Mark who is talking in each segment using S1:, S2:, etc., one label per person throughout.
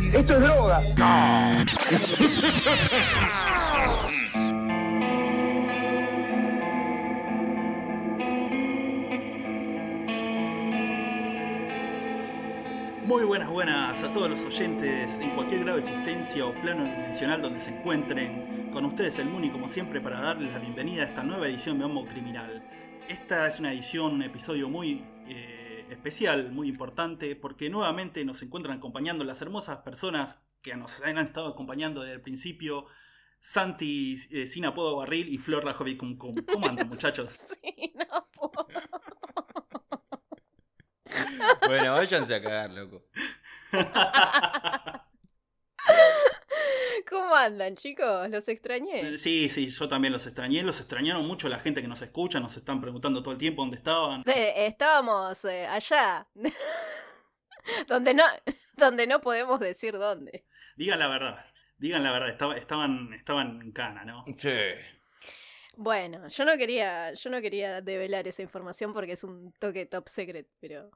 S1: Esto es droga.
S2: Muy buenas, buenas a todos los oyentes en cualquier grado de existencia o plano dimensional donde se encuentren. Con ustedes el Muni, como siempre, para darles la bienvenida a esta nueva edición de Homo Criminal. Esta es una edición, un episodio muy eh, especial, muy importante, porque nuevamente nos encuentran acompañando las hermosas personas que nos han estado acompañando desde el principio. Santi eh, sin apodo barril y Flor Rajovic Cum Cum. ¿Cómo andan, muchachos?
S3: Sí, no puedo.
S4: Bueno, váyanse a cagar, loco.
S3: ¿Cómo andan, chicos? Los extrañé.
S2: Eh, Sí, sí, yo también los extrañé. Los extrañaron mucho la gente que nos escucha, nos están preguntando todo el tiempo dónde estaban.
S3: Eh, estábamos eh, allá. donde no donde no podemos decir dónde.
S2: Digan la verdad, digan la verdad, estaba- estaban, estaban en cana, ¿no?
S4: Che.
S3: Bueno, yo no quería yo no quería develar esa información porque es un toque top secret, pero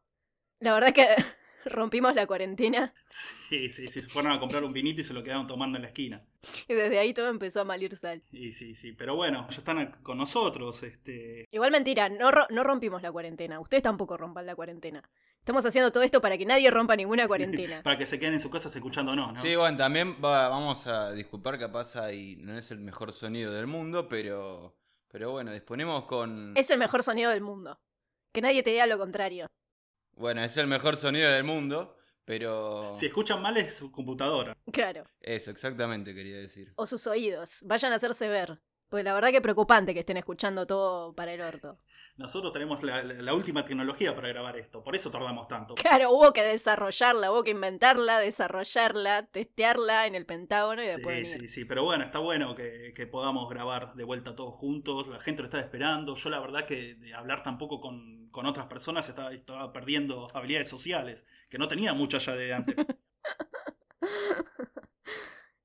S3: la verdad que rompimos la cuarentena
S2: Sí, sí, sí, se fueron a comprar un vinito y se lo quedaron tomando en la esquina.
S3: y desde ahí todo empezó a malir sal.
S2: Y sí, sí, pero bueno, ya están ac- con nosotros, este...
S3: Igual mentira, no, ro- no rompimos la cuarentena. Ustedes tampoco rompan la cuarentena. Estamos haciendo todo esto para que nadie rompa ninguna cuarentena.
S2: Para que se queden en sus casas escuchándonos, ¿no?
S4: Sí, bueno, también va- vamos a disculpar, capaz ahí no es el mejor sonido del mundo, pero, pero bueno, disponemos con...
S3: Es el mejor sonido del mundo. Que nadie te diga lo contrario.
S4: Bueno, es el mejor sonido del mundo, pero...
S2: Si escuchan mal es su computadora.
S3: Claro.
S4: Eso, exactamente quería decir.
S3: O sus oídos. Vayan a hacerse ver. Porque la verdad que preocupante que estén escuchando todo para el orto.
S2: Nosotros tenemos la, la- la última tecnología para grabar esto, por eso tardamos tanto.
S3: Claro, hubo que desarrollarla, hubo que inventarla, desarrollarla, testearla en el Pentágono y después
S2: Sí, sí,
S3: venir.
S2: sí, pero bueno, está bueno que, que podamos grabar de vuelta todos juntos, la gente lo está esperando, yo la verdad que de hablar tampoco con, con otras personas estaba, estaba perdiendo habilidades sociales, que no tenía muchas ya de antes.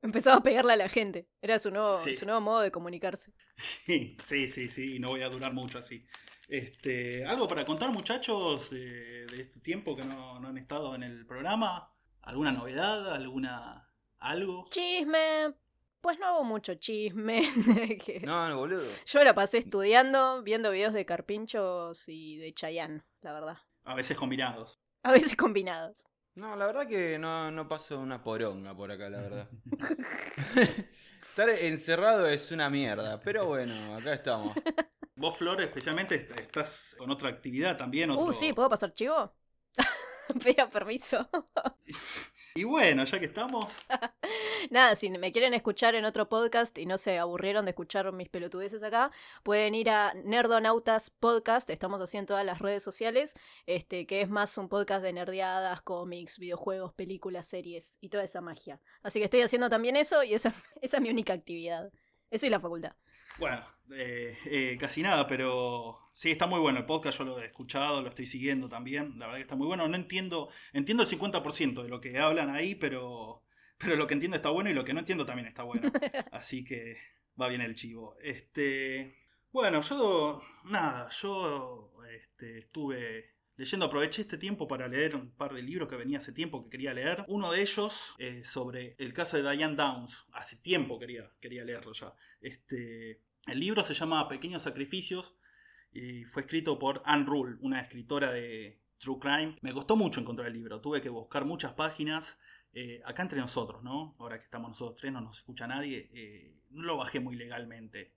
S3: Empezaba a pegarle a la gente. Era su nuevo,
S2: Sí.
S3: su nuevo modo de comunicarse.
S2: Sí, sí, sí, sí, y no voy a durar mucho así. Este, ¿Algo para contar muchachos de, de este tiempo que no, no han estado en el programa? ¿Alguna novedad? ¿Alguna... algo?
S3: Chisme. Pues no hubo mucho chisme. que-
S4: No, no, boludo.
S3: Yo la pasé estudiando, viendo videos de carpinchos y de Chayanne, la verdad.
S2: A veces combinados.
S3: A veces combinados.
S4: No, la verdad que no, no paso una poronga por acá, la verdad. Estar encerrado es una mierda, pero bueno, acá estamos.
S2: Vos, Flor, especialmente est- estás con otra actividad también. Otro...
S3: Uh, sí, ¿puedo pasar chivo? Pida permiso.
S2: Y bueno, ya que estamos...
S3: Nada, si me quieren escuchar en otro podcast y no se aburrieron de escuchar mis pelotudeces acá, pueden ir a Nerdonautas Podcast, estamos así en todas las redes sociales, este, que es más un podcast de nerdeadas, cómics, videojuegos, películas, series y toda esa magia. Así que estoy haciendo también eso y esa, esa es mi única actividad. Eso y la facultad.
S2: Bueno, eh, eh, casi nada, pero sí, está muy bueno el podcast, yo lo he escuchado, lo estoy siguiendo también, la verdad que está muy bueno, no entiendo, entiendo el 50% de lo que hablan ahí, pero, pero lo que entiendo está bueno y lo que no entiendo también está bueno, así que va bien el chivo. Este, bueno, yo, nada, yo este, estuve leyendo, aproveché este tiempo para leer un par de libros que venía hace tiempo que quería leer, uno de ellos eh, sobre el caso de Diane Downs, hace tiempo quería, quería leerlo ya. Este, el libro se llama Pequeños Sacrificios y fue escrito por Anne Rule, una escritora de True Crime. Me costó mucho encontrar el libro, tuve que buscar muchas páginas. eh, acá entre nosotros, ¿no? Ahora que estamos nosotros tres, no nos escucha nadie. eh, no lo bajé muy legalmente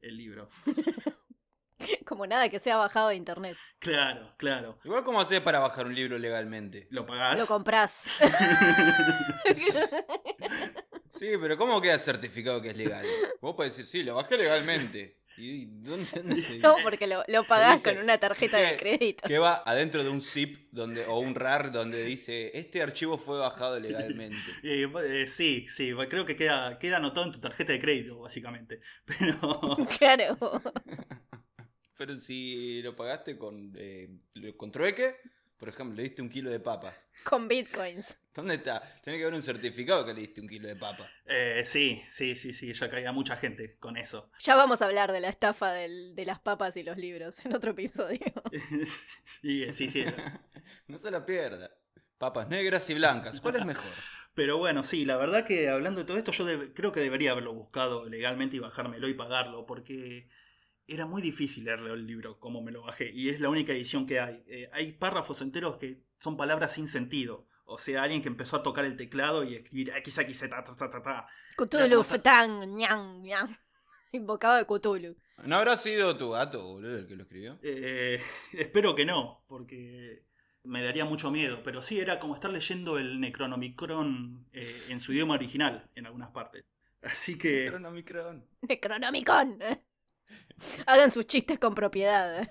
S2: el libro.
S3: Como nada que sea bajado de internet.
S2: Claro, claro.
S4: Igual, ¿cómo haces para bajar un libro legalmente?
S2: Lo pagás.
S3: Lo comprás.
S4: Sí, pero ¿cómo queda certificado que es legal? Vos podés decir, sí, lo bajé legalmente. ¿Y dónde, dónde se-
S3: No, porque lo, lo pagás
S4: Dice-
S3: con una tarjeta de
S4: dice-
S3: crédito.
S4: Que va adentro de un zip donde, o un RAR donde dice, este archivo fue bajado legalmente.
S2: Eh, eh, sí, sí, creo que queda, queda anotado en tu tarjeta de crédito, básicamente. Pero.
S3: Claro.
S4: Pero si lo pagaste con, eh, con trueque, por ejemplo, le diste un kilo de papas.
S3: Con bitcoins.
S4: ¿Dónde está? Tiene que haber un certificado que le diste un kilo de papas.
S2: eh, sí, sí, sí, sí, ya caía mucha gente con eso.
S3: Ya vamos a hablar de la estafa del- de las papas y los libros en otro episodio.
S2: sí, sí, sí.
S4: No se la pierda. Papas negras y blancas. ¿Cuál es mejor?
S2: Pero bueno, sí, la verdad que hablando de todo esto, yo deb- creo que debería haberlo buscado legalmente y bajármelo y pagarlo, porque era muy difícil leerlo el libro como me lo bajé, y es la única edición que hay. Eh, hay párrafos enteros que son palabras sin sentido. O sea, alguien que empezó a tocar el teclado y escribir XXZ, ta, ta, ta, ta.
S3: Cthulhu, fatán, ñan, ñan. Invocado de Cthulhu.
S4: No habrá sido tu gato, boludo, el que lo escribió.
S2: Eh, espero que no, porque me daría mucho miedo. Pero sí, era como estar leyendo el Necronomicron eh, en su idioma original, en algunas partes. Así que.
S4: Necronomicron.
S3: Necronomicon. eh. Hagan sus chistes con propiedad. eh.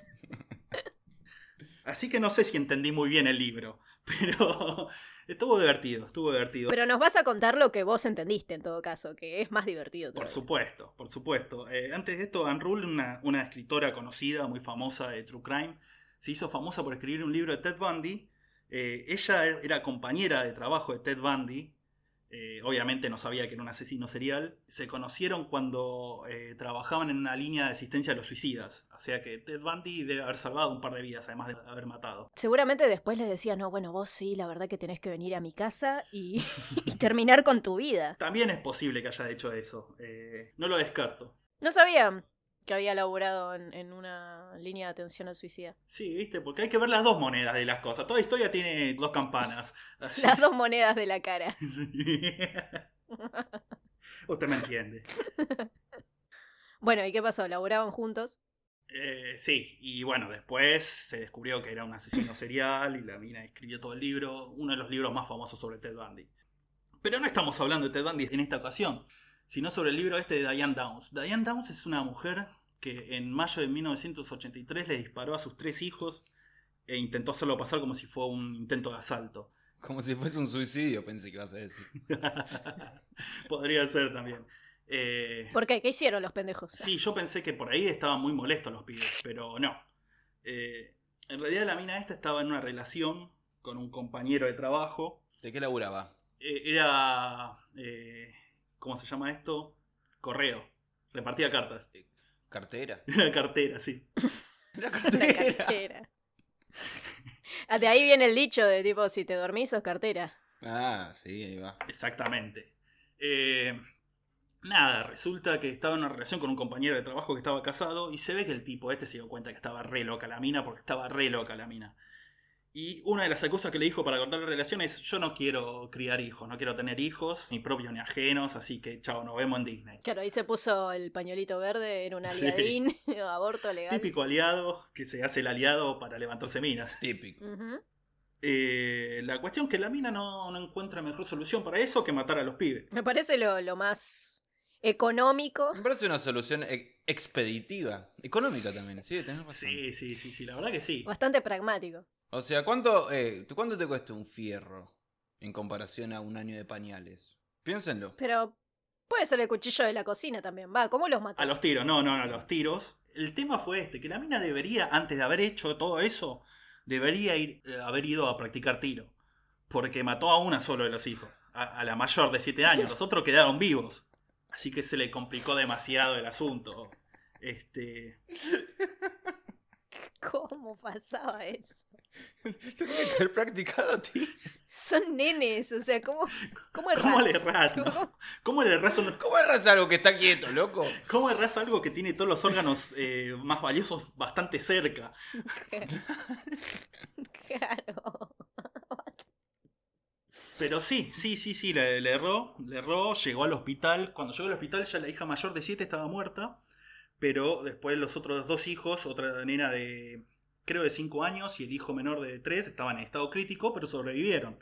S2: Así que no sé si entendí muy bien el libro. Pero estuvo divertido, estuvo divertido.
S3: Pero nos vas a contar lo que vos entendiste en todo caso, que es más divertido.
S2: Por
S3: todavía.
S2: supuesto, por supuesto. Eh, antes de esto, Anne Rule, una, una escritora conocida, muy famosa de True Crime, se hizo famosa por escribir un libro de Ted Bundy. Eh, ella er- era compañera de trabajo de Ted Bundy. Eh, obviamente no sabía que era un asesino serial. Se conocieron cuando eh, trabajaban en una línea de asistencia a los suicidas. O sea que Ted Bundy debe haber salvado un par de vidas, además de haber matado.
S3: Seguramente después les decía, no, bueno, vos sí, la verdad que tenés que venir a mi casa y, y terminar con tu vida.
S2: También es posible que haya hecho eso. Eh, no lo descarto.
S3: No sabía que había laburado en, en una línea de atención al suicida.
S2: Sí, viste, porque hay que ver las dos monedas de las cosas. Toda historia tiene dos campanas. Así-
S3: Las dos monedas de la cara.
S2: Sí. Usted me entiende.
S3: Bueno, ¿y qué pasó? ¿Laburaban juntos?
S2: Eh, sí, y bueno, después se descubrió que era un asesino serial y la mina escribió todo el libro, uno de los libros más famosos sobre Ted Bundy. Pero no estamos hablando de Ted Bundy en esta ocasión, sino sobre el libro este de Diane Downs. Diane Downs es una mujer que en mayo de 1983 le disparó a sus tres hijos e intentó hacerlo pasar como si fuera un intento de asalto.
S4: Como si fuese un suicidio, pensé que ibas a decir.
S2: Podría ser también. Eh,
S3: ¿Por qué? ¿Qué hicieron los pendejos?
S2: sí, yo pensé que por ahí estaban muy molestos los pibes, pero no. Eh, en realidad la mina esta estaba en una relación con un compañero de trabajo.
S4: ¿De qué laburaba?
S2: Eh, era, eh, ¿cómo se llama esto? Correo. Repartía cartas.
S4: Eh, ¿Cartera?
S2: Era cartera, sí.
S4: La
S3: La
S4: cartera.
S3: cartera. Ah, De ahí viene el dicho de tipo, si te dormís sos cartera.
S4: Ah, sí, ahí va.
S2: Exactamente. Eh, nada, resulta que estaba en una relación con un compañero de trabajo que estaba casado y se ve que el tipo este se dio cuenta que estaba re loca la mina porque estaba re loca la mina. Y una de las cosas que le dijo para cortar la relación es yo no quiero criar hijos, no quiero tener hijos, ni propios ni ajenos, así que chao, nos vemos en Disney.
S3: Claro, ahí se puso el pañuelito verde en un
S2: Sí.
S3: aliadín, aborto legal.
S2: Típico aliado que se hace el aliado para levantarse minas.
S4: Típico.
S3: Ujú.
S2: Eh, la cuestión que la mina no, no encuentra mejor solución para eso que matar a los pibes.
S3: Me parece lo, lo más económico.
S4: Me parece una solución e- expeditiva. Económica también, sí, tenés razón.
S2: sí, sí, sí, sí, la verdad que sí.
S3: Bastante pragmático.
S4: O sea, ¿cuánto, eh, ¿tú- ¿cuánto te cuesta un fierro en comparación a un año de pañales? Piénsenlo.
S3: Pero puede ser el cuchillo de la cocina también. Va, ¿cómo los mató?
S2: A los tiros, no, no, no, a los tiros. El tema fue este, que la mina debería, antes de haber hecho todo eso, debería ir, eh, haber ido a practicar tiro. Porque mató a una solo de los hijos, a, a la mayor de 7 años. Los otros quedaron vivos. Así que se le complicó demasiado el asunto. Este,
S3: ¿Cómo pasaba eso?
S4: Tengo que haber practicado a ti.
S3: Son nenes, o sea, ¿cómo, cómo errás?
S2: ¿Cómo le erras?
S3: ¿Cómo-
S2: ¿Cómo le erras, un-
S4: ¿Cómo erras algo que está quieto, loco?
S2: cómo erras algo que tiene todos los órganos eh, más valiosos bastante cerca?
S3: Claro.
S2: Pero sí, sí, sí, sí, le, le erró, le erró, llegó al hospital. Cuando llegó al hospital ya la hija mayor de 7 estaba muerta, pero después los otros dos hijos, otra nena de creo de 5 años y el hijo menor de 3 estaban en estado crítico, pero sobrevivieron.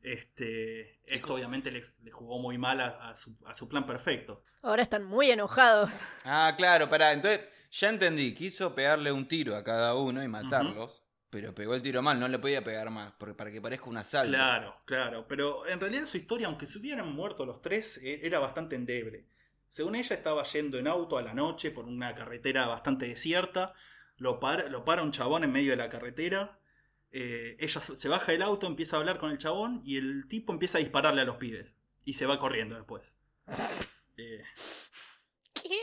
S2: Este, esto obviamente le, le jugó muy mal a, a su, a su plan perfecto.
S3: Ahora están muy enojados.
S4: Ah, claro, pará. Entonces, ya entendí. Quiso pegarle un tiro a cada uno y matarlos. Pero pegó el tiro mal, no le podía pegar más. Porque para que parezca un asalto.
S2: Claro, claro, pero en realidad su historia, aunque se hubieran muerto los tres, e- era bastante endeble. Según ella, estaba yendo en auto a la noche por una carretera bastante desierta. Lo para, lo para un chabón en medio de la carretera. eh, ella se se baja del auto, empieza a hablar con el chabón y el tipo empieza a dispararle a los pibes. Y se va corriendo después. Eh,
S3: ¿Qué?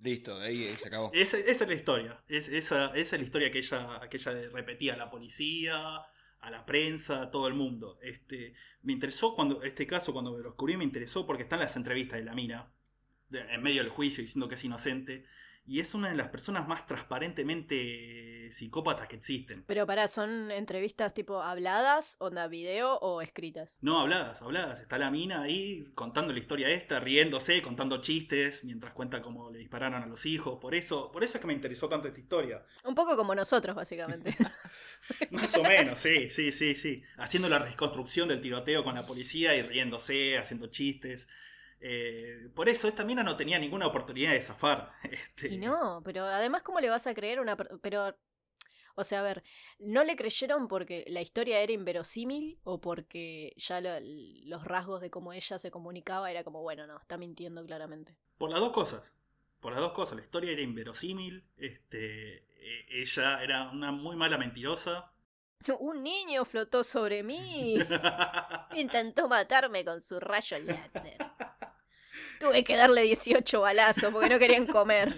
S4: Listo, ahí eh, se acabó.
S2: esa, esa es la historia. Es- esa, esa es la historia que ella, que ella repetía a la policía, a la prensa, a todo el mundo. Este, me interesó cuando, este caso, cuando lo descubrí, me interesó porque están las entrevistas de la mina, de- en medio del juicio, diciendo que es inocente. Y es una de las personas más transparentemente psicópatas que existen.
S3: Pero pará, ¿son entrevistas tipo habladas, onda video o escritas?
S2: No, habladas, habladas. Está la mina ahí contando la historia esta, riéndose, contando chistes, mientras cuenta cómo le dispararon a los hijos. Por eso, por eso es que me interesó tanto esta historia.
S3: Un poco como nosotros, básicamente.
S2: Más o menos, sí, sí, sí, sí. Haciendo la reconstrucción del tiroteo con la policía y riéndose, haciendo chistes. Eh, por eso esta mina no tenía ninguna oportunidad de zafar. Este,
S3: Y no, pero además, ¿cómo le vas a creer una... per- Pero, o sea, a ver, ¿no le creyeron porque la historia era inverosímil o porque ya lo- los rasgos de cómo ella se comunicaba era como, bueno, no, está mintiendo claramente?
S2: Por las dos cosas. Por las dos cosas. La historia era inverosímil. Este, e- ella era una muy mala mentirosa.
S3: Un niño flotó sobre mí. Intentó matarme con su rayo láser. Tuve que darle 18 balazos porque no querían comer.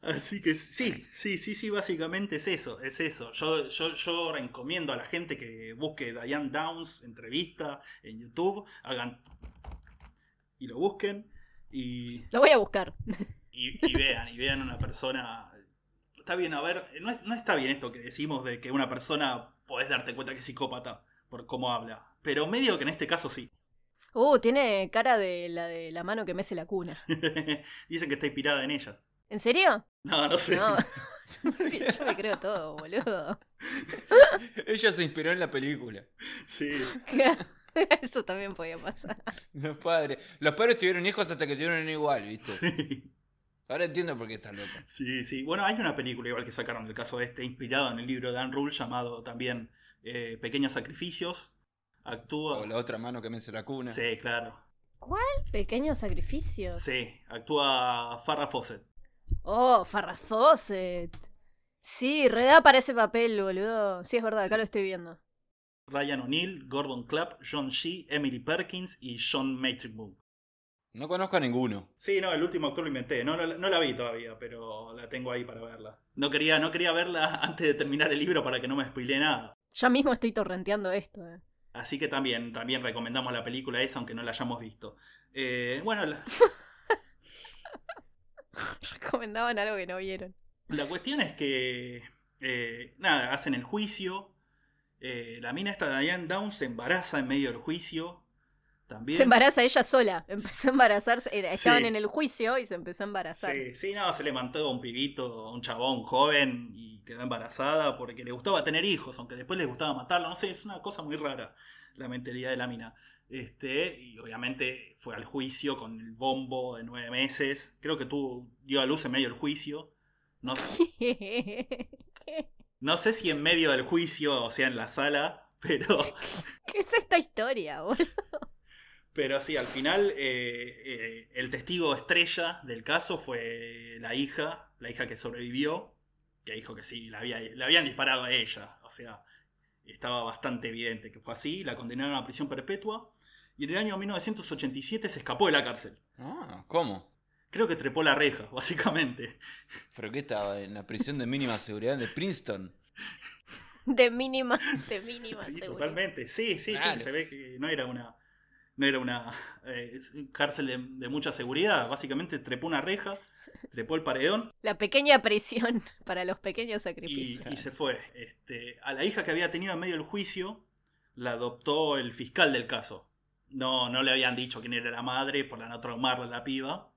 S2: Así que sí, sí, sí, sí, básicamente es eso, es eso. Yo, yo, yo recomiendo a la gente que busque Diane Downs, entrevista en YouTube, hagan y lo busquen y,
S3: Lo voy a buscar.
S2: y- y vean, y vean una persona. Está bien, a ver, no, es- no está bien esto que decimos de que una persona podés darte cuenta que es psicópata por cómo habla, pero medio que en este caso sí.
S3: Uh, tiene cara de la de la mano que mece la cuna.
S2: Dicen que está inspirada en ella.
S3: ¿En serio?
S2: No, no sé.
S3: No. Yo me creo todo, boludo.
S4: Ella se inspiró en la película.
S2: Sí.
S3: Eso también podía pasar.
S4: Los padres. Los padres tuvieron hijos hasta que tuvieron igual, ¿viste?
S2: sí.
S4: Ahora entiendo por qué está loca.
S2: Sí, sí. Bueno, hay una película igual que sacaron del caso este, inspirado en el libro de Anne Rule, llamado también eh, Pequeños Sacrificios.
S4: O
S2: Actúa.
S4: la otra mano que me hace la cuna.
S2: Sí, claro.
S3: Pequeño sacrificio.
S2: Sí, actúa Farrah Fawcett.
S3: Oh, Farrah Fawcett. Sí, reda para ese papel, boludo. Sí, es verdad, acá lo estoy viendo.
S2: Ryan O'Neill, Gordon Clapp, John Shee, Emily Perkins y John Matrixburg.
S4: No conozco a ninguno.
S2: Sí, no, el último actor lo inventé. No, no, no la vi todavía, pero la tengo ahí para verla. No quería, no quería verla antes de terminar el libro para que no me spoile nada.
S3: Ya mismo estoy torrenteando esto. eh.
S2: Así que también, también recomendamos la película esa, aunque no la hayamos visto. Eh, bueno, la,
S3: Recomendaban algo que no vieron.
S2: La cuestión es que, eh, nada, hacen el juicio. eh, la mina esta, Diane Downs, se embaraza en medio del juicio. También.
S3: Se embaraza ella sola. Empezó a embarazarse. Era-
S2: Sí.
S3: Estaban en el juicio y se empezó a embarazar.
S2: Sí, sí, no, se le mandó un pibito, un chabón joven y quedó embarazada porque le gustaba tener hijos, aunque después le gustaba matarlo. No sé, es una cosa muy rara la mentalidad de la mina. Este, y obviamente fue al juicio con el bombo de nueve meses. Creo que tuvo, dio a luz en medio del juicio. No sé.
S3: ¿Qué
S2: No sé si en medio del juicio, o sea, en la sala, pero,
S3: es esta historia, boludo?
S2: pero sí, al final eh, eh, el testigo estrella del caso fue la hija, la hija que sobrevivió, que dijo que sí, la, había, la habían disparado a ella. O sea, estaba bastante evidente que fue así, la condenaron a prisión perpetua y en el año 1987 se escapó de la cárcel.
S4: Ah, ¿cómo?
S2: Creo que trepó la reja, básicamente.
S4: ¿Pero qué estaba? ¿En la prisión de mínima seguridad de Princeton?
S3: De mínima, de mínima
S2: Sí,
S3: seguridad.
S2: totalmente. Sí, sí,
S4: Claro.
S2: sí. Se ve que no era una, no era una eh, cárcel de, de mucha seguridad. Básicamente trepó una reja, trepó el paredón
S3: La pequeña prisión para los pequeños
S2: y,
S3: sacrificios.
S2: y se fue. Este, a la hija que había tenido en medio del juicio la adoptó el fiscal del caso. No, no le habían dicho quién era la madre por la no traumarla a la piba.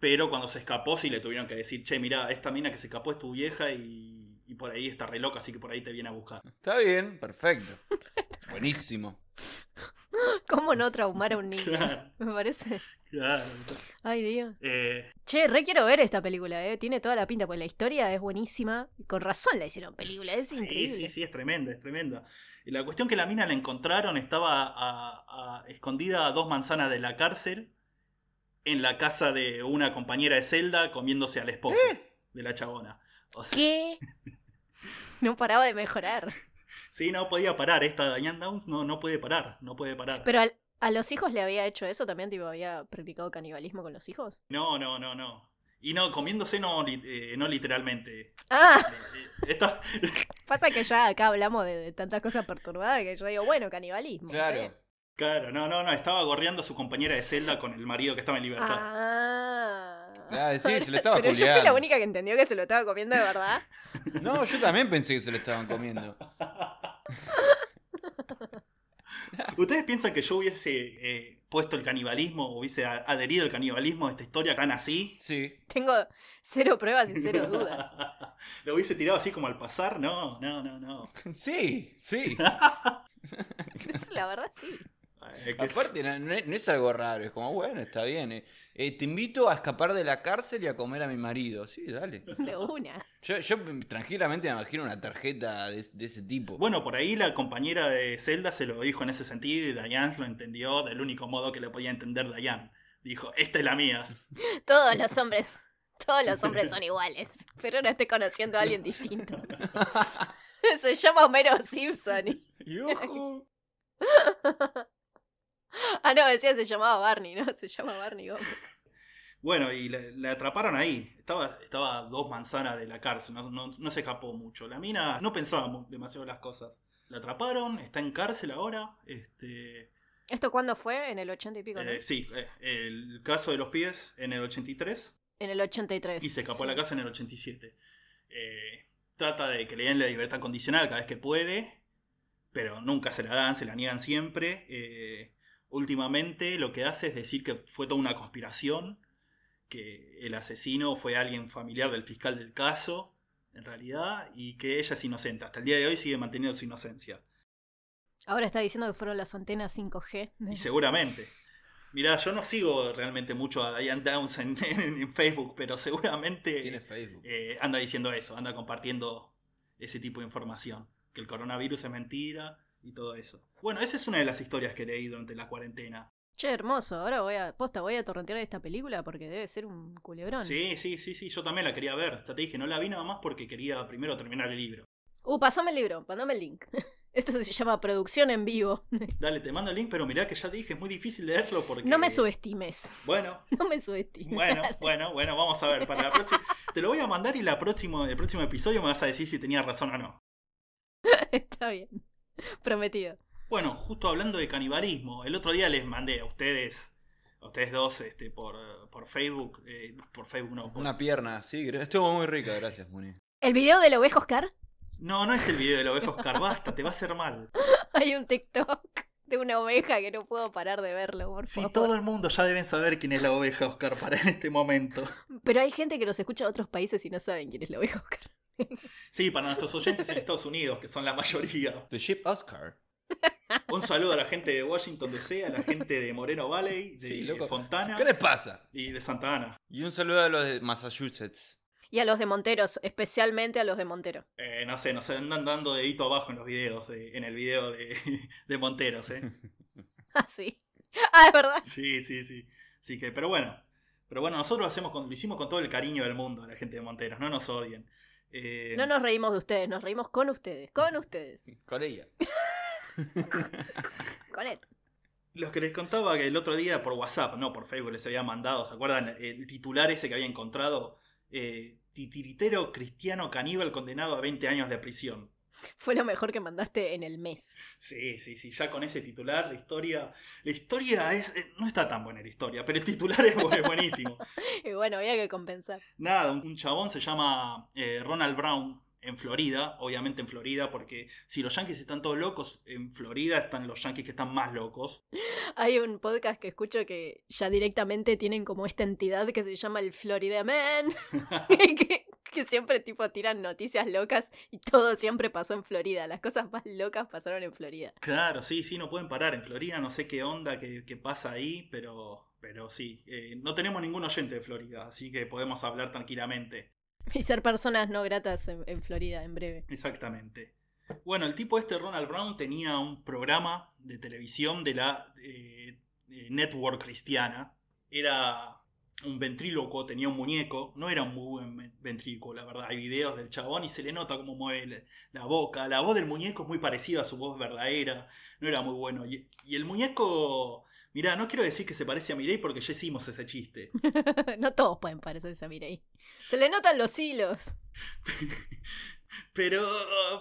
S2: Pero cuando se escapó, sí le tuvieron que decir, che, mirá, esta mina que se escapó es tu vieja y, y por ahí está re loca, así que por ahí te viene a buscar.
S4: Está bien, perfecto. Buenísimo.
S3: ¿Cómo no traumar a un niño?
S2: Claro,
S3: Me parece.
S2: claro.
S3: Ay, Dios.
S2: Eh,
S3: Che, re quiero ver esta película, ¿eh? Tiene toda la pinta, porque la historia es buenísima. Con razón la hicieron película, es
S2: sí,
S3: increíble.
S2: Sí, sí, es tremenda, es tremenda. Y la cuestión que la mina la encontraron estaba a- a- escondida a dos manzanas de la cárcel en la casa de una compañera de celda comiéndose al esposo
S3: ¿Eh?
S2: de la chabona. O sea,
S3: ¿Qué? No paraba de mejorar.
S2: sí, no podía parar. Esta Diane Downs no, no puede parar, no puede parar.
S3: Pero al- a los hijos le había hecho eso también, tipo, había practicado canibalismo con los hijos.
S2: No, no, no, no. Y no, comiéndose no, li- eh, no literalmente.
S3: Ah,
S2: Eh, Esta,
S3: pasa que ya acá hablamos de, de tantas cosas perturbadas que yo digo, bueno, eh, canibalismo. está
S4: Claro.
S3: bien.
S2: claro, no, no, no. Estaba gorreando a su compañera de celda con el marido que estaba en libertad.
S3: Ah.
S4: Ah, sí, se lo estaba
S3: Pero yo fui la
S4: culeando.
S3: única que entendió que se lo estaba comiendo de verdad.
S4: No, yo también pensé que se lo estaban comiendo.
S2: ¿Ustedes piensan que yo hubiese eh, puesto el canibalismo, hubiese a- adherido al canibalismo a esta historia tan así?
S4: Sí.
S3: Tengo cero pruebas y cero dudas.
S2: ¿Lo hubiese tirado así como al pasar? No, no, no, no.
S4: Sí, sí.
S3: Es Pues, la verdad, sí.
S2: Eh, que-
S4: Aparte, no, no es- no es algo raro. Es como, bueno, está bien. eh. Eh, te invito a escapar de la cárcel y a comer a mi marido. Sí, dale.
S3: De una.
S4: Yo, yo tranquilamente me imagino una tarjeta de, de ese tipo.
S2: Bueno, por ahí la compañera de Zelda se lo dijo en ese sentido y Diane lo entendió del único modo que lo podía entender Diane. Dijo, esta es la mía.
S3: Todos los hombres, todos los hombres son iguales. Pero no estoy conociendo a alguien distinto. Se llama Homero Simpson. y-
S4: Y ojo.
S3: Ah, no, decía se llamaba Barney, ¿no? Se llama Barney Gómez.
S2: Bueno, y la, la atraparon ahí. Estaba, estaba a dos manzanas de la cárcel, no, no- no se escapó mucho. La mina no pensaba mu- demasiado las cosas. La atraparon, está en cárcel ahora. Este,
S3: ¿Esto cuándo fue? En el 80 y pico, ¿no?
S2: eh, sí, eh, el caso de los pies en el 83
S3: En el 83.
S2: y se escapó a
S3: sí.
S2: la cárcel en el 87. Eh, trata de que le den la libertad condicional cada vez que puede, pero nunca se la dan, se la niegan siempre. Eh, últimamente lo que hace es decir que fue toda una conspiración, que el asesino fue alguien familiar del fiscal del caso, en realidad, y que ella es inocente. Hasta el día de hoy sigue manteniendo su inocencia.
S3: Ahora está diciendo que fueron las antenas 5G.
S2: Y seguramente. Mirá, yo no sigo realmente mucho a Diane Downs en, en- en Facebook, pero seguramente...
S4: Tiene Facebook.
S2: eh, anda diciendo eso, anda compartiendo ese tipo de información. Que el coronavirus es mentira y todo eso. Bueno, esa es una de las historias que leí durante la cuarentena.
S3: Che, hermoso. Ahora voy a. Posta, voy a torrentear esta película porque debe ser un culebrón.
S2: Sí, sí, sí, sí, yo también la quería ver. Ya te dije, no la vi nada más porque quería primero terminar el libro.
S3: Uh, pasame el libro, mandame el link. Esto se llama producción en vivo.
S2: Dale, te mando el link, pero mirá que ya te dije, es muy difícil leerlo porque...
S3: No me subestimes.
S2: Bueno,
S3: No me subestimes.
S2: bueno, bueno, bueno, vamos a ver. Para la próxima... Te lo voy a mandar y la próximo, el próximo episodio me vas a decir si tenía razón o no.
S3: Está bien. Prometido.
S2: Bueno, justo hablando de canibalismo, el otro día les mandé a ustedes, a ustedes dos, este, por, por Facebook, eh, por Facebook no, por-
S4: Una pierna, sí. gra- Estuvo muy rica, gracias, Muni.
S3: ¿El video de la oveja Oscar?
S2: no, no es el video de la oveja Oscar, basta, te va a hacer mal.
S3: Hay un TikTok de una oveja que no puedo parar de verlo, por
S2: Sí,
S3: favor.
S2: todo el mundo ya deben saber quién es la oveja Oscar para en este momento.
S3: Pero hay gente que nos escucha de otros países y no saben quién es la oveja Oscar.
S2: Sí, para nuestros oyentes en Estados Unidos, que son la mayoría.
S4: The Ship Oscar.
S2: Un saludo a la gente de Washington DC, a la gente de Moreno Valley, de
S4: Sí, loco.
S2: Fontana
S4: ¿Qué les pasa?
S2: y de Santa Ana.
S4: Y un saludo a los de Massachusetts.
S3: Y a los de Monteros, especialmente a los de Montero.
S2: Eh, no sé, nos andan dando dedito abajo en los videos, de- en el video de, de Monteros, ¿eh?
S3: Ah, sí. Ah, es verdad.
S2: Sí, sí, sí. Así que, pero bueno. Pero bueno, nosotros lo, hacemos con, lo hicimos con todo el cariño del mundo a la gente de Monteros, no nos odien. Eh,
S3: No nos reímos de ustedes, nos reímos con ustedes, con ustedes.
S4: Con ella.
S3: Con él.
S2: Los que les contaba que el otro día por WhatsApp, no por Facebook, les había mandado, ¿se acuerdan? El titular ese que había encontrado, eh, titiritero cristiano caníbal condenado a 20 años de prisión.
S3: Fue lo mejor que mandaste en el mes.
S2: Sí, sí, sí, ya con ese titular, la historia, la historia es, eh, no está tan buena la historia, pero el titular es bu- es buenísimo.
S3: Y bueno, había que compensar.
S2: Nada, un, un chabón se llama eh, Ronald Brown en Florida, obviamente en Florida, porque si los yankees están todos locos, en Florida están los yankees que están más locos.
S3: Hay un podcast que escucho que ya directamente tienen como esta entidad que se llama el Florida Man, que, que siempre tipo tiran noticias locas y todo siempre pasó en Florida. Las cosas más locas pasaron en Florida.
S2: Claro, sí, sí, no pueden parar en Florida, no sé qué onda que, que pasa ahí, pero, pero sí, eh, no tenemos ningún oyente de Florida, así que podemos hablar tranquilamente.
S3: Y ser personas no gratas en, en Florida en breve.
S2: Exactamente. Bueno, el tipo este, Ronald Brown, tenía un programa de televisión de la eh, eh, Network Cristiana. Era un ventrílocuo, tenía un muñeco. No era un muy buen ven- ventrílocuo, la verdad. Hay videos del chabón y se le nota cómo mueve la- la boca. La voz del muñeco es muy parecida a su voz verdadera. No era muy bueno. Y, y el muñeco, Mirá, no quiero decir que se parece a Mirei porque ya hicimos ese chiste.
S3: no todos pueden parecerse a Mirei. Se le notan los hilos.
S2: Pero,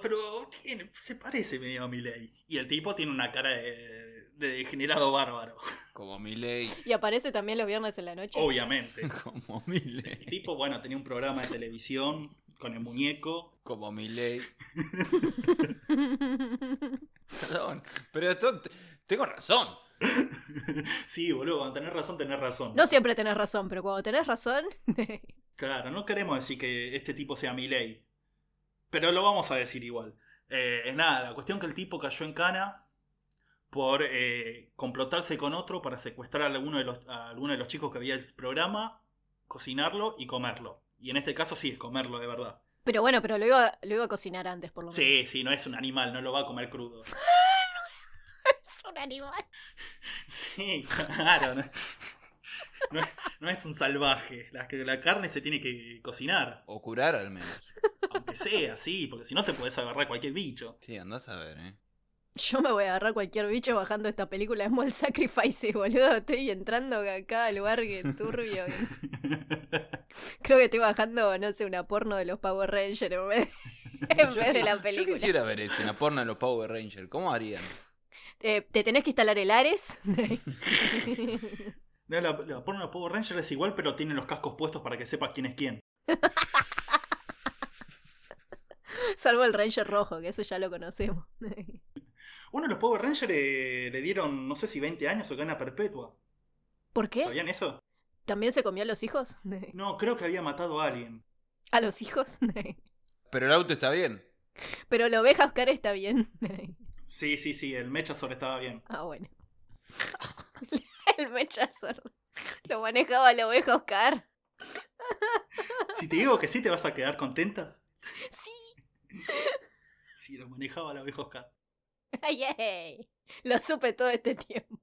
S2: pero tiene- se parece medio a Milei. Y el tipo tiene una cara de, de degenerado bárbaro,
S4: Como Miley.
S3: Y aparece también los viernes en la noche.
S2: obviamente.
S4: Como
S2: El
S4: Miley.
S2: tipo, bueno, tenía un programa de televisión con el muñeco.
S4: Como Miley. Perdón. Pero esto- tengo razón.
S2: Sí, boludo, cuando tenés razón, tenés razón.
S3: no siempre tenés razón, pero cuando tenés razón,
S2: Claro, no queremos decir que este tipo sea Milei. Pero lo vamos a decir igual. Eh, nada, la cuestión que el tipo cayó en cana por eh, complotarse con otro para secuestrar a alguno, de los, a alguno de los chicos que había en el programa, cocinarlo y comerlo. Y en este caso sí es comerlo de verdad.
S3: Pero bueno, pero lo iba, lo iba a cocinar antes, por lo menos.
S2: Sí, sí, no es un animal, no lo va a comer crudo.
S3: Es un animal.
S2: Sí, claro. No, no es, no es un salvaje. La, la carne se tiene que cocinar.
S4: O curar al menos.
S2: Aunque sea, sí, porque si no te podés agarrar cualquier bicho.
S4: Sí, andás a ver, eh.
S3: Yo me voy a agarrar cualquier bicho bajando esta película de Small Sacrifices, boludo. Estoy entrando a cada lugar que turbio. Creo que estoy bajando, no sé, una porno de los Power Rangers en vez, en vez de la
S4: Yo
S3: película.
S4: quisiera ver eso, una porno de los Power Rangers. ¿Cómo harían?
S3: Eh, te tenés que instalar el Ares.
S2: No, la, la porno de Power Ranger es igual, pero tiene los cascos puestos para que sepas quién es quién.
S3: Salvo el Ranger rojo, que eso ya lo conocemos.
S2: Uno de los Power Rangers eh, le dieron, no sé si 20 años o gana perpetua.
S3: ¿Por qué?
S2: ¿Sabían eso?
S3: ¿También se comió a los hijos?
S2: No, creo que había matado a alguien.
S3: ¿A los hijos?
S4: Pero el auto está bien.
S3: Pero la oveja Oscar está bien.
S2: Sí, sí, sí, el Mechazor estaba bien.
S3: Ah, bueno. El mechazor. Lo manejaba la oveja Oscar.
S2: Si te digo que sí, te vas a quedar contenta.
S3: Sí.
S2: Si lo manejaba la oveja Oscar.
S3: Ay, ay. Lo supe todo este tiempo.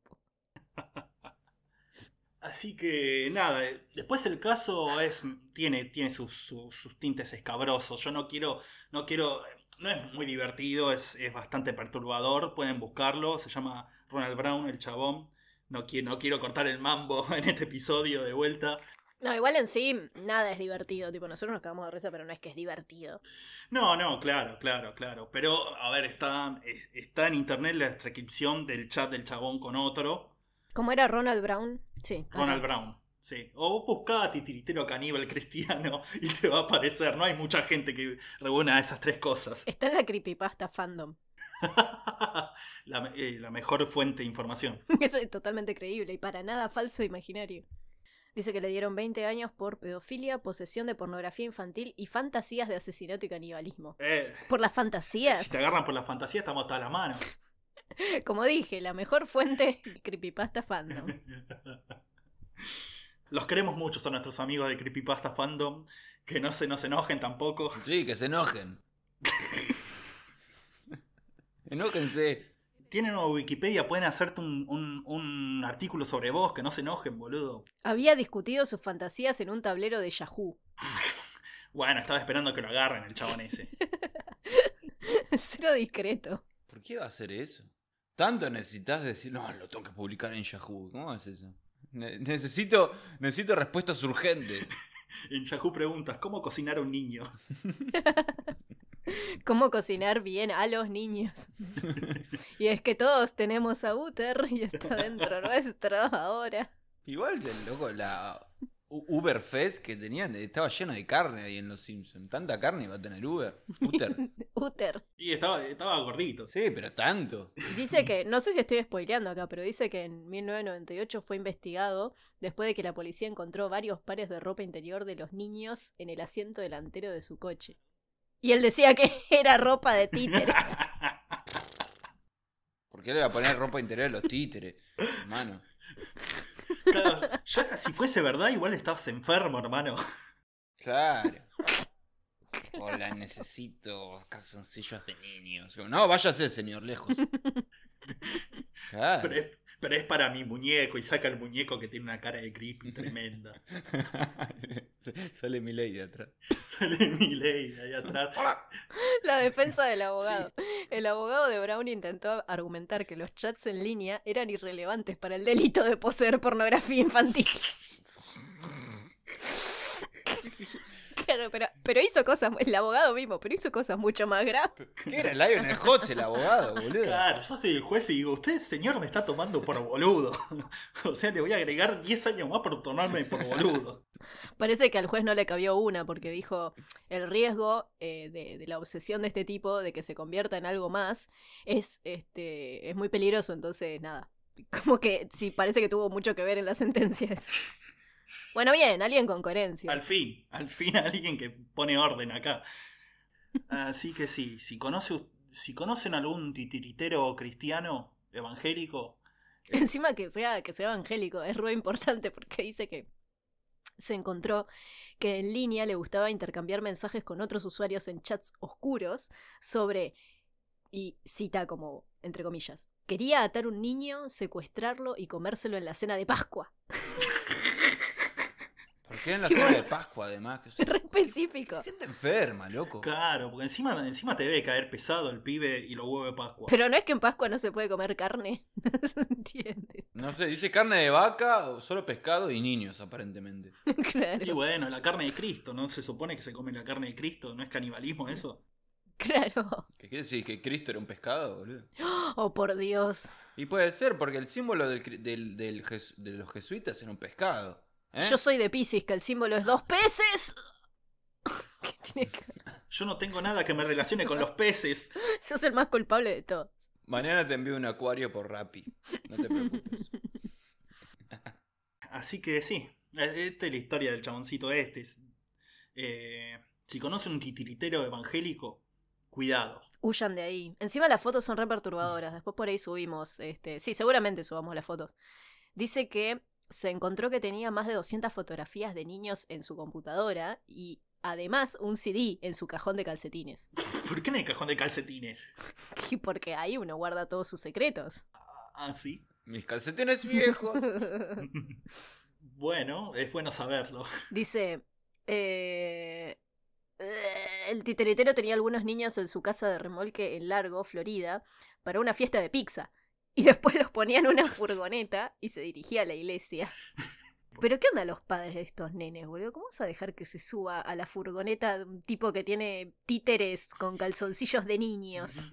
S2: Así que nada, eh, después el caso es tiene, tiene sus, sus- sus tintes escabrosos. Yo no quiero, no quiero, no es muy divertido, es, es bastante perturbador. Pueden buscarlo, se llama Ronald Brown, el chabón. No, qui- no quiero cortar el mambo en este episodio de vuelta.
S3: No, igual en sí, nada es divertido. Tipo, nosotros nos cagamos de risa, pero no es que es divertido.
S2: No, no, claro, claro, claro. Pero, a ver, está, es- está en internet la transcripción del chat del chabón con otro.
S3: ¿Cómo era Ronald Brown? Sí. acá.
S2: Ronald Brown. Sí. O buscá a titiritero caníbal cristiano y te va a aparecer. No hay mucha gente que reúna esas tres cosas.
S3: Está en la creepypasta fandom.
S2: la, eh, la mejor fuente de información.
S3: Eso es totalmente creíble y para nada falso e imaginario. Dice que le dieron 20 años por pedofilia, posesión de pornografía infantil y fantasías de asesinato y canibalismo.
S2: Eh,
S3: Por las
S2: Si
S3: fantasías,
S2: te agarran por la fantasía, estamos todas las manos.
S3: como dije, la mejor fuente creepypasta fandom.
S2: Los queremos mucho a nuestros amigos de Creepypasta Fandom. Que no se nos enojen tampoco.
S4: Sí, que se enojen. Enójense.
S2: Tienen una Wikipedia, pueden hacerte un, un- un artículo sobre vos, que no se enojen, boludo.
S3: Había discutido sus fantasías en un tablero de Yahoo.
S2: Bueno, estaba esperando que lo agarren el chabón ese.
S3: Cero discreto.
S4: ¿Por qué va a hacer eso? Tanto necesitas decir, no, lo tengo que publicar en Yahoo. ¿Cómo haces eso? Ne- necesito, necesito respuestas urgentes.
S2: En Yahoo preguntas, ¿cómo cocinar a un niño?
S3: ¿Cómo cocinar bien a los niños? y es que todos tenemos a Uther y está dentro nuestro ahora.
S4: Igual que el loco, la U- Uber Fest que tenían, estaba lleno de carne ahí en Los Simpsons. Tanta carne iba a tener Uber. Uter.
S3: Uther.
S2: Y estaba, estaba gordito.
S4: Sí, pero tanto.
S3: Dice que, no sé si estoy spoileando acá, pero dice que en 1998 fue investigado después de que la policía encontró varios pares de ropa interior de los niños en el asiento delantero de su coche. Y él decía que era ropa de títere.
S4: ¿Por qué le va a poner ropa interior a los títeres? Hermano.
S2: Claro, ya si fuese verdad, igual estabas enfermo, hermano.
S4: Claro. Hola, necesito calzoncillos de niños. No, váyase, señor, lejos. Claro.
S2: Pre- Pero es para mi muñeco y saca el muñeco que tiene una cara de creepy tremenda.
S4: Sale mi ley de atrás.
S2: Sale mi ley ahí atrás.
S4: ¡Hola!
S3: La defensa del abogado. El abogado de Brown intentó argumentar que los chats en línea eran irrelevantes para el delito de poseer pornografía infantil. Claro, pero, pero hizo cosas, el abogado mismo, pero hizo cosas mucho más graves.
S4: ¿Qué era Lionel Hutz, el abogado, boludo?
S2: Claro, yo soy el juez y digo, usted señor me está tomando por boludo. O sea, le voy a agregar 10 años más por tomarme por boludo.
S3: Parece que al juez no le cabió una porque dijo, el riesgo eh, de, de la obsesión de este tipo, de que se convierta en algo más, es, este, es muy peligroso, entonces nada. Como que sí, parece que tuvo mucho que ver en las sentencias. Bueno, bien, alguien con coherencia.
S2: Al fin, al fin alguien que pone orden acá. Así que sí, si, conoce, si conocen algún titiritero cristiano evangélico,
S3: Encima que sea, que sea evangélico, es re importante porque dice que se encontró que en línea le gustaba intercambiar mensajes con otros usuarios en chats oscuros sobre, y cita como, entre comillas, quería atar un niño, secuestrarlo y comérselo en la cena de Pascua.
S4: ¿Por qué en la zona de Pascua, además? Que son-
S3: Re específico.
S4: Gente enferma, loco.
S2: claro, porque encima, encima te debe caer pesado el pibe y los huevos de Pascua.
S3: Pero no es que en Pascua no se puede comer carne, no se entiende.
S4: No sé, dice carne de vaca, o solo pescado y niños, aparentemente.
S2: Y
S3: Claro,
S2: bueno, la carne de Cristo, ¿no? Se supone que se come la carne de Cristo, ¿no es canibalismo eso?
S3: claro.
S4: ¿Qué quiere decir? ¿Que Cristo era un pescado, boludo?
S3: Oh, por Dios.
S4: Y puede ser, porque el símbolo del cri- del- del jes- de los jesuitas era un pescado. ¿eh?
S3: Yo soy de Pisces, que el símbolo es dos peces. ¿Qué tiene que
S2: Yo no tengo nada que me relacione con los peces.
S3: Sos el más culpable de todo.
S4: Mañana te envío un acuario por Rappi. No te preocupes.
S2: Así que sí, e- esta es la historia del chaboncito este. Es- eh, si conoce un titiritero evangélico, cuidado.
S3: Huyan de ahí. Encima las fotos son re perturbadoras. Después por ahí subimos. Este, sí, seguramente subamos las fotos. Dice que se encontró que tenía más de 200 fotografías de niños en su computadora y además un CD en su cajón de calcetines.
S2: ¿Por qué en el cajón de calcetines?
S3: Y Porque ahí uno guarda todos sus secretos.
S2: Ah, sí.
S4: Mis calcetines viejos.
S2: Bueno, es bueno saberlo.
S3: Dice, eh, eh, el titeretero tenía algunos niños en su casa de remolque en Largo, Florida, para una fiesta de pizza. Y después los ponía en una furgoneta y se dirigía a la iglesia. Pero ¿qué onda los padres de estos nenes, boludo? ¿Cómo vas a dejar que se suba a la furgoneta de un tipo que tiene títeres con calzoncillos de niños?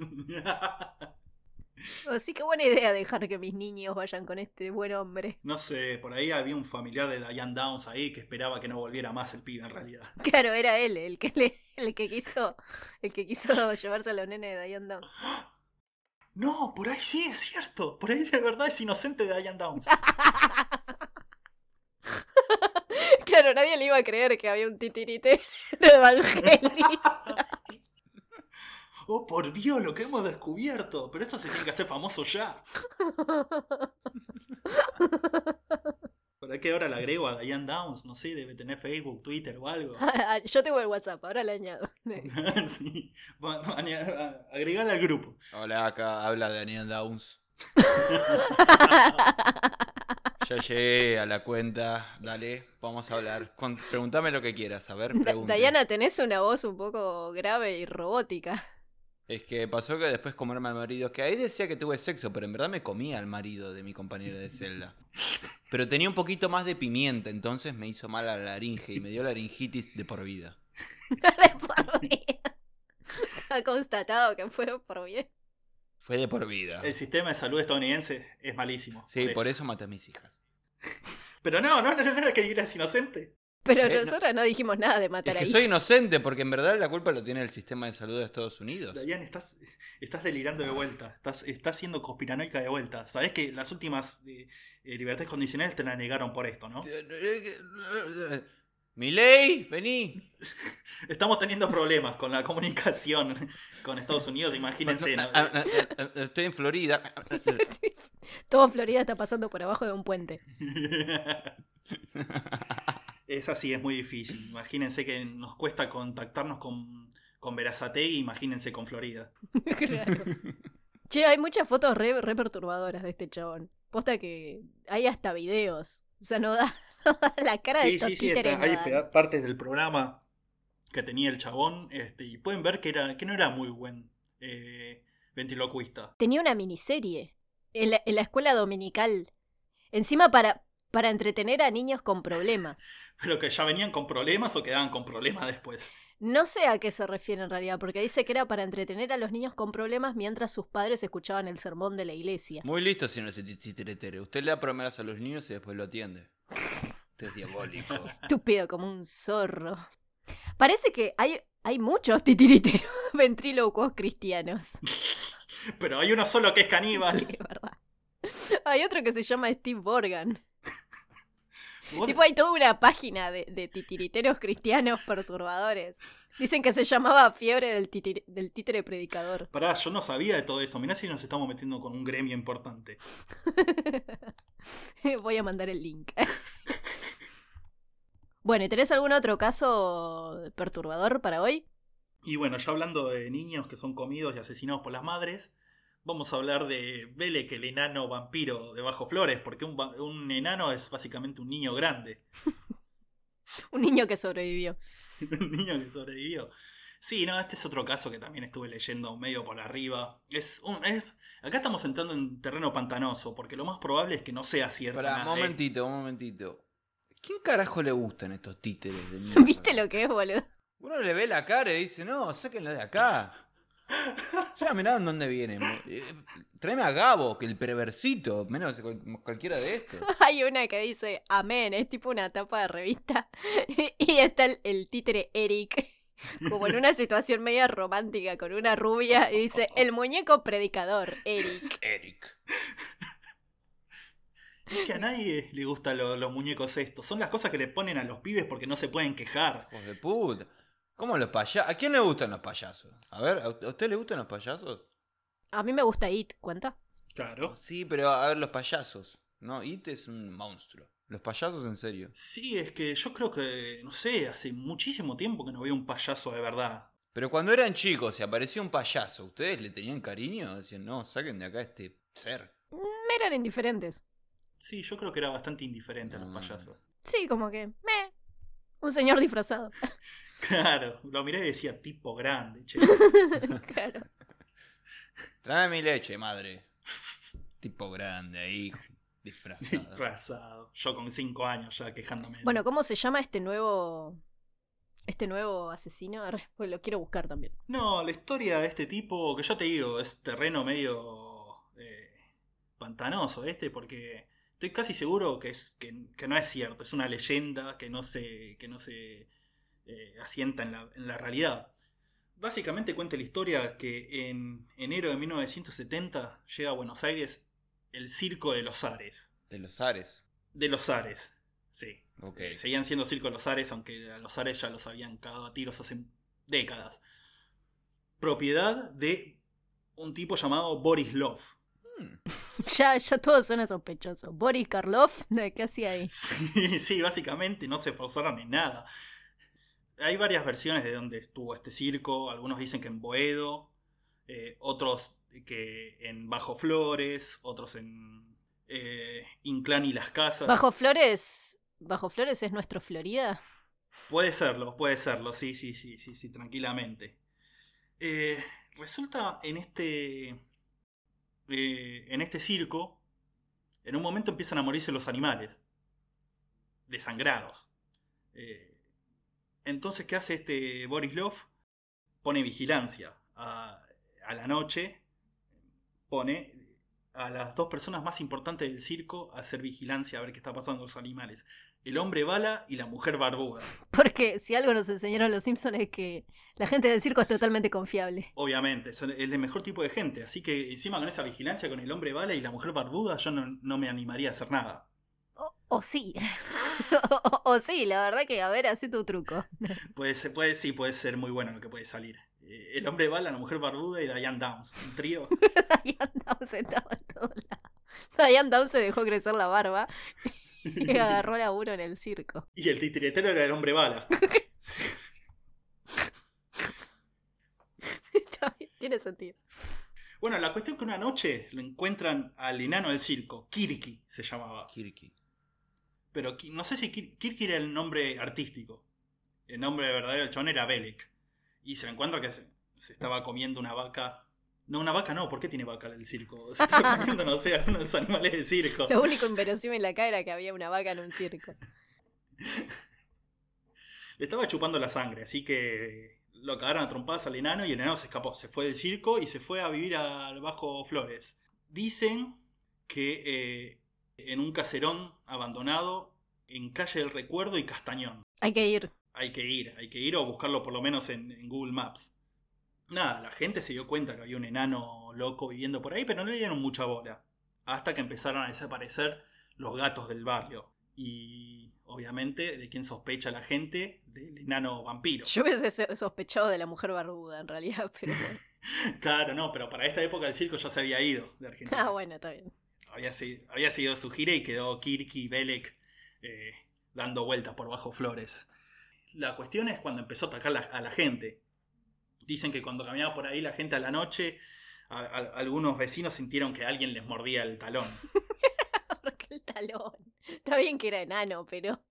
S3: Así que buena idea dejar que mis niños vayan con este buen hombre.
S2: No sé, por ahí había un familiar de Diane Downs ahí que esperaba que no volviera más el pibe en realidad.
S3: Claro, era él el que le- el que quiso, el que quiso llevarse a los nenes de Diane Down.
S2: No, por ahí sí, es cierto. Por ahí de verdad es inocente de Diane Downs.
S3: Claro, nadie le iba a creer que había un titiritero evangélico.
S2: Oh, por Dios, lo que hemos descubierto. Pero esto se tiene que hacer famoso ya. ¿Por qué ahora le agrego a Diane Downs? No sé, debe tener Facebook, Twitter o algo.
S3: Yo tengo el WhatsApp, ahora le añado.
S4: Mm,
S2: sí. Va- va- a- agregala al grupo.
S4: Hola, acá habla Daniel Downs. Ya llegué a la cuenta. Dale, vamos a hablar. Con- Preguntame lo que quieras. A ver,
S3: Da-
S4: pregunta.
S3: Dayana, tenés una voz un poco grave y robótica.
S4: Es que pasó que después comerme al marido, que ahí decía que tuve sexo, pero en verdad me comía al marido de mi compañero de celda. Pero tenía un poquito más de pimienta, entonces me hizo mal a la laringe y me dio laringitis de por vida.
S3: De por vida. Ha constatado que fue por bien.
S4: Fue de por vida.
S2: El sistema de salud estadounidense es malísimo.
S4: Sí, por eso maté a mis hijas.
S2: Pero no, no, no, no, no, que eras inocente.
S3: Pero
S4: Eh, no.
S3: nosotras no dijimos nada de matar
S4: Es
S3: a
S4: que
S3: hijos.
S4: soy inocente, porque en verdad la culpa lo tiene el sistema de salud de Estados Unidos.
S2: Dayan, estás, estás delirando de vuelta. Estás, estás siendo conspiranoica de vuelta. Sabés que las últimas eh, eh, libertades condicionales te la negaron por esto, ¿no?
S4: Miley, vení.
S2: Estamos teniendo problemas con la comunicación con Estados Unidos, imagínense. ¿no?
S4: Ah, ah, ah, ah, Estoy en Florida.
S3: Todo Florida está pasando por abajo de un puente.
S2: Es así, es muy difícil. Imagínense que nos cuesta contactarnos con, con Verazategui, imagínense con Florida.
S3: Claro. Che, hay muchas fotos re, re perturbadoras de este chabón. Posta que hay hasta videos. O sea, no da, no da la cara de
S2: Sí,
S3: estos
S2: sí, sí,
S3: títeres
S2: está-
S3: no
S2: hay
S3: dan.
S2: peda- partes del programa que tenía el chabón este, y pueden ver que, era, que no era muy buen eh, ventriloquista.
S3: Tenía una miniserie en la, en la escuela dominical. Encima para, para entretener a niños con problemas.
S2: Pero que ya venían con problemas o quedaban con problemas después.
S3: No sé a qué se refiere en realidad, porque dice que era para entretener a los niños con problemas mientras sus padres escuchaban el sermón de la iglesia.
S4: Muy listo si no es titiretere. Usted le da promeras a los niños y después lo atiende. Usted es diabólico.
S3: Estúpido como un zorro. Parece que hay, hay muchos titiriteros ventrílocuos cristianos.
S2: Pero hay uno solo que es caníbal.
S3: Sí, es verdad. Hay otro que se llama Steve Morgan.
S2: Vos-
S3: Tipo, hay toda una página de, de titiriteros cristianos perturbadores. Dicen que se llamaba Fiebre del, titir- del Títere Predicador.
S2: Pará, yo no sabía de todo eso. Mirá si nos estamos metiendo con un gremio importante.
S3: Voy a mandar el link. bueno, ¿y tenés algún otro caso perturbador para hoy?
S2: Y bueno, ya hablando de niños que son comidos y asesinados por las madres, vamos a hablar de Vele, que el enano vampiro de Bajo Flores, porque un, va- un enano es básicamente un niño grande,
S3: Un niño que sobrevivió.
S2: un niño que sobrevivió. Sí, no, este es otro caso que también estuve leyendo medio por arriba. Es un, es- acá estamos entrando en terreno pantanoso, porque lo más probable es que no sea cierto.
S4: Pará,
S2: nada. eh.
S4: un momentito, un momentito. ¿Quién carajo le gustan estos títeres de mierda?
S3: ¿Viste lo que es, boludo?
S4: Uno le ve la cara y dice, no, sáquenlo de acá. Ya mirá en dónde vienen. Eh, Tráeme a Gabo, que el perversito, menos cual- cualquiera de estos.
S3: Hay una que dice amén, es tipo una tapa de revista. y está el, el títere Eric, como en una situación media romántica con una rubia, y dice el muñeco predicador, Eric.
S4: Eric.
S2: Es que a nadie le gustan lo- los muñecos estos. Son las cosas que le ponen a los pibes porque no se pueden quejar.
S4: Hijos de puta. ¿Cómo los payasos? ¿A quién le gustan los payasos? A ver, ¿a u- a usted le gustan los payasos?
S3: A mí me gusta It, ¿cuenta?
S2: Claro.
S4: Sí, pero a ver, los payasos. No, It es un monstruo. Los payasos, en serio.
S2: Sí, es que yo creo que, no sé, hace muchísimo tiempo que no veo un payaso de verdad.
S4: Pero cuando eran chicos y aparecía un payaso, ¿ustedes le tenían cariño? Decían, no, saquen de acá este ser.
S3: Me eran indiferentes.
S2: Sí, yo creo que era bastante indiferente a los
S4: Mm.
S2: payasos.
S3: Sí, como que, me. Un señor disfrazado.
S2: Claro, lo miré y decía tipo grande, che.
S3: claro.
S4: Tráeme mi leche, madre. Tipo grande ahí, disfrazado.
S2: Disfrazado. Yo con cinco años ya quejándome. de-
S3: Bueno, ¿cómo se llama este nuevo. este nuevo asesino? Arre, pues Lo quiero buscar también.
S2: No, la historia de este tipo, que yo te digo, es terreno medio eh, pantanoso este, porque estoy casi seguro que, es, que, que no es cierto, es una leyenda que no se, que no se eh, asienta en la, en la realidad. Básicamente cuenta la historia que en enero de 1970 llega a Buenos Aires el Circo de los Ares.
S4: De los Ares.
S2: De los Ares, sí.
S4: Ok.
S2: Seguían siendo Circo de los Ares, aunque a los Ares ya los habían cagado a tiros hace décadas. Propiedad de un tipo llamado Boris Love.
S4: Hmm.
S3: Ya, ya todo suena sospechoso. Boris Karloff, ¿de ¿qué hacía ahí?
S2: Sí, sí, básicamente no se esforzaron en nada. Hay varias versiones de dónde estuvo este circo. Algunos dicen que en Boedo, eh, otros que en Bajo Flores, otros en eh, Inclán y Las Casas.
S3: Bajo Flores. Bajo Flores es nuestro Florida.
S2: Puede serlo, puede serlo, sí, sí, sí, sí, sí, tranquilamente. Eh, resulta en este. eh, en este circo. En un momento empiezan a morirse los animales. Desangrados. Eh, entonces, ¿qué hace este Borislov? Pone vigilancia. A, a la noche. Pone a las dos personas más importantes del circo a hacer vigilancia a ver qué está pasando con los animales. El hombre bala y la mujer barbuda.
S3: Porque si algo nos enseñaron los Simpsons es que la gente del circo es totalmente confiable.
S2: Obviamente, son- es el mejor tipo de gente. Así que encima con esa vigilancia, con el hombre bala y la mujer barbuda, yo no, no me animaría a hacer nada.
S3: O, o sí. o, o- o sí, la verdad que, a ver, hace tu truco.
S2: Puede ser, puede, sí, puede ser muy bueno lo que puede salir. Eh, El hombre bala, la mujer barbuda y Diane Downs. Un trío.
S3: Diane Downs estaba en todo lado. Diane Downs se dejó crecer la barba y agarró laburo en el circo.
S2: Y el titiritero era el hombre bala. Sí.
S3: Está bien, Tiene sentido.
S2: Bueno, la cuestión es que una noche lo encuentran al enano del circo, Kiriki se llamaba.
S4: Kirky.
S2: Pero Ki- no sé si Kir- Kirki era el nombre artístico. El nombre verdadero del chabón era Belek. Y se lo encuentra que se, se estaba comiendo una vaca. No, una vaca no, ¿por qué tiene vaca el circo? Se estaba comiendo, no sé, algunos animales de circo.
S3: Lo único inverosímil acá era que había una vaca en un circo.
S2: Le estaba chupando la sangre, así que lo cagaron a trompadas al enano y el enano se escapó. Se fue del circo y se fue a vivir al Bajo Flores. Dicen que eh, en un caserón abandonado en Calle del Recuerdo y Castañón.
S3: Hay que ir.
S2: Hay que ir, hay que ir o buscarlo por lo menos en, en Google Maps. Nada, la gente se dio cuenta que había un enano loco viviendo por ahí, pero no le dieron mucha bola. Hasta que empezaron a desaparecer los gatos del barrio. Y obviamente, ¿de quién sospecha la gente? Del enano vampiro.
S3: Yo hubiese so- sospechado de la mujer barbuda en realidad, pero bueno.
S2: Claro, no, pero para esta época el circo ya se había ido de Argentina.
S3: Ah, bueno, está bien.
S2: había, segui- había seguido su gira y quedó Kirky y Belek eh, dando vueltas por bajo flores. La cuestión es cuando empezó a atacar la- a la gente. Dicen que cuando caminaba por ahí la gente a la noche, a- a- algunos vecinos sintieron que alguien les mordía el talón.
S3: Porque el talón. Está bien que era enano, pero.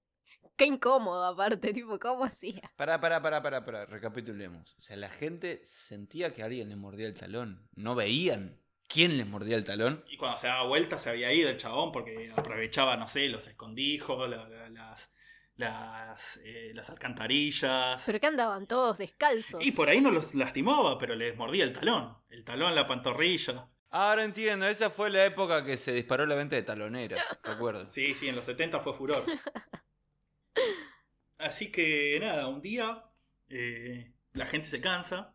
S3: Qué incómodo, aparte, tipo, ¿cómo hacía?
S4: Pará, pará, pará, pará, pará, recapitulemos. O sea, la gente sentía que alguien les mordía el talón. No veían quién les mordía el talón.
S2: Y cuando se daba vuelta se había ido el chabón porque aprovechaba, no sé, los escondijos, la- la- las, las, eh, las alcantarillas.
S3: Pero que andaban todos descalzos.
S2: Y por ahí no los lastimaba, pero les mordía el talón. El talón, la pantorrilla.
S4: Ahora entiendo, esa fue la época que se disparó la venta de taloneras, recuerdo.
S2: Sí, sí, en los 70 fue furor. Así que nada, un día eh, la gente se cansa,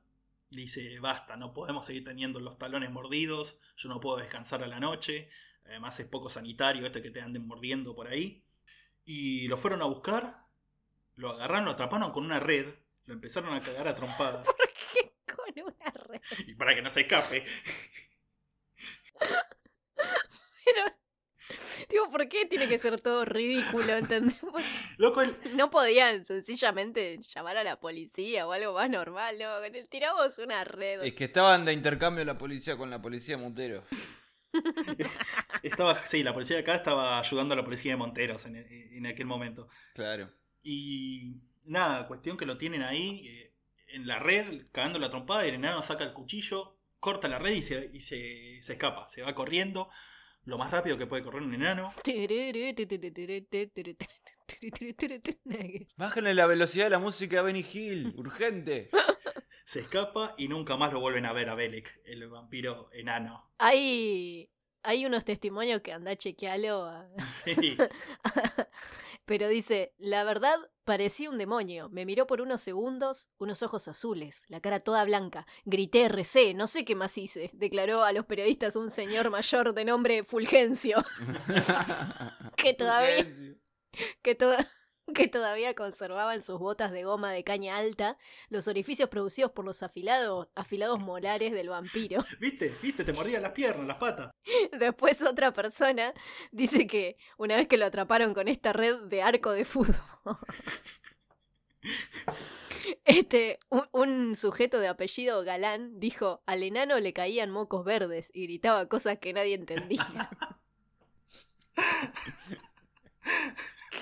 S2: dice, basta, no podemos seguir teniendo los talones mordidos, yo no puedo descansar a la noche, además es poco sanitario este que te anden mordiendo por ahí. Y lo fueron a buscar, lo agarraron, lo atraparon con una red, lo empezaron a cagar a trompadas,
S3: Con una red.
S2: y para que no se escape,
S3: Tipo, ¿por qué tiene que ser todo ridículo, entendés? Porque
S2: loco, el,
S3: No podían sencillamente llamar a la policía o algo más normal, ¿no? Con el tiramos una red.
S4: Es que estaban de intercambio la policía con la policía de Montero.
S2: estaba, sí, la policía de acá estaba ayudando a la policía de Monteros en- en aquel momento.
S4: Claro.
S2: Y nada, cuestión que lo tienen ahí eh, en la red, cagando la trompada, y el enano saca el cuchillo, corta la red y, se, y se, se escapa, se va corriendo, lo más rápido que puede correr un enano.
S4: Bájenle la velocidad de la música a Benny Hill, urgente.
S2: Se escapa y nunca más lo vuelven a ver a Belek, el vampiro enano.
S3: Hay, hay unos testimonios que anda chequealo. a- ah,
S2: Sí,
S3: Pero dice, la verdad, parecía un demonio. Me miró por unos segundos, unos ojos azules, la cara toda blanca. Grité, recé, no sé qué más hice, declaró a los periodistas un señor mayor de nombre Fulgencio, que todavía,
S4: Urgencio.
S3: que toda- que todavía conservaba en sus botas de goma de caña alta los orificios producidos por los afilados, afilados molares del vampiro.
S2: ¿Viste? ¿Viste? Te mordían las piernas, las patas.
S3: Después otra persona dice que una vez que lo atraparon con esta red de arco de fútbol. Este, un, un sujeto de apellido Galán dijo, al enano le caían mocos verdes y gritaba cosas que nadie entendía.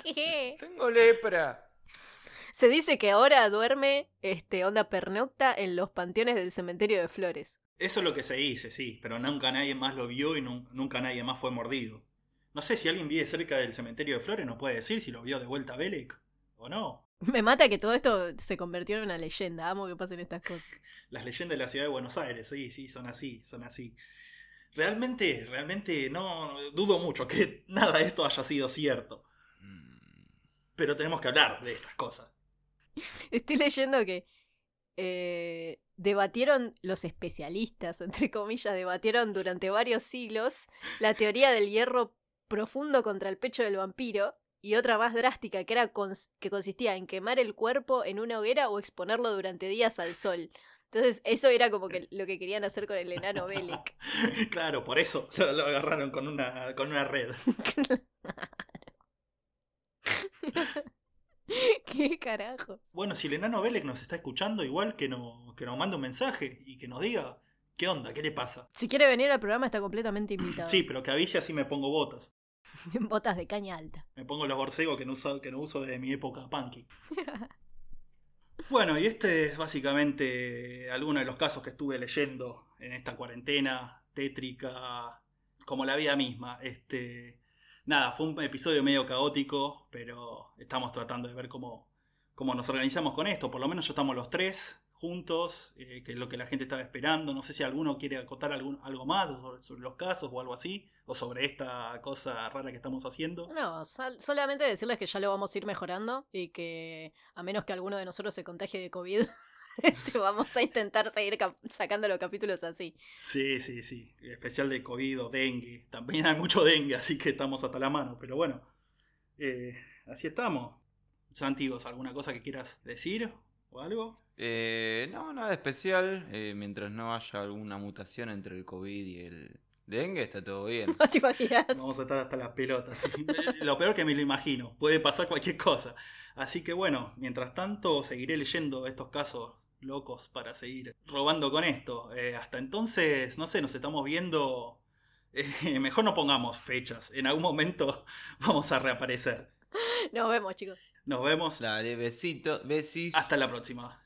S3: ¿Qué?
S4: Tengo lepra.
S3: Se dice que ahora duerme este onda pernocta en los panteones del cementerio de Flores.
S2: Eso es lo que se dice, sí, pero nunca nadie más lo vio y nun- nunca nadie más fue mordido. No sé si alguien vive cerca del cementerio de Flores, no puede decir si lo vio de vuelta a Belek o no.
S3: Me mata que todo esto se convirtió en una leyenda. Amo que pasen estas cosas.
S2: Las leyendas de la ciudad de Buenos Aires, sí, sí, son así, son así. Realmente, realmente no dudo mucho que nada de esto haya sido cierto,
S4: Mm.
S2: pero tenemos que hablar de estas cosas.
S3: Estoy leyendo que eh, debatieron los especialistas, entre comillas, debatieron durante varios siglos la teoría del hierro profundo contra el pecho del vampiro y otra más drástica que, era cons- que consistía en quemar el cuerpo en una hoguera o exponerlo durante días al sol. Entonces eso era como que lo que querían hacer con el enano Belek.
S2: Claro, por eso lo, lo agarraron con una, con una red.
S3: ¿Qué carajos?
S2: Bueno, si el enano Belek nos está escuchando, igual que, no, que nos mande un mensaje y que nos diga ¿Qué onda? ¿Qué le pasa?
S3: Si quiere venir al programa está completamente invitado.
S2: Sí, pero que avise así me pongo botas.
S3: Botas de caña alta.
S2: Me pongo los borcegos que no, uso, que no uso desde mi época punky. Bueno, y este es básicamente alguno de los casos que estuve leyendo en esta cuarentena tétrica, como la vida misma. Este, nada, fue un episodio medio caótico, pero estamos tratando de ver cómo, cómo nos organizamos con esto. Por lo menos ya estamos los tres juntos, eh, que es lo que la gente estaba esperando. No sé si alguno quiere acotar algún- algo más sobre, sobre los casos o algo así, o sobre esta cosa rara que estamos haciendo.
S3: No, sol- solamente decirles que ya lo vamos a ir mejorando y que a menos que alguno de nosotros se contagie de COVID, este, vamos a intentar seguir cap- sacando los capítulos así.
S2: Sí, sí, sí. Especial de COVID o dengue. También hay mucho dengue, así que estamos hasta la mano. Pero bueno, eh, así estamos. Santi, ¿vos ¿alguna cosa que quieras decir o algo?
S4: Eh, no, nada especial. eh, mientras no haya alguna mutación entre el COVID y el dengue, está todo bien.
S3: ¿No te imaginas?
S2: Vamos a estar hasta las pelotas. sí. Lo peor que me lo imagino. Puede pasar cualquier cosa. Así que bueno, mientras tanto seguiré leyendo estos casos locos para seguir robando con esto. Eh, hasta entonces, no sé, nos estamos viendo... Eh, mejor no pongamos fechas. En algún momento vamos a reaparecer.
S3: Nos vemos, chicos.
S2: Nos vemos.
S4: Dale, besito, besis.
S2: Hasta la próxima.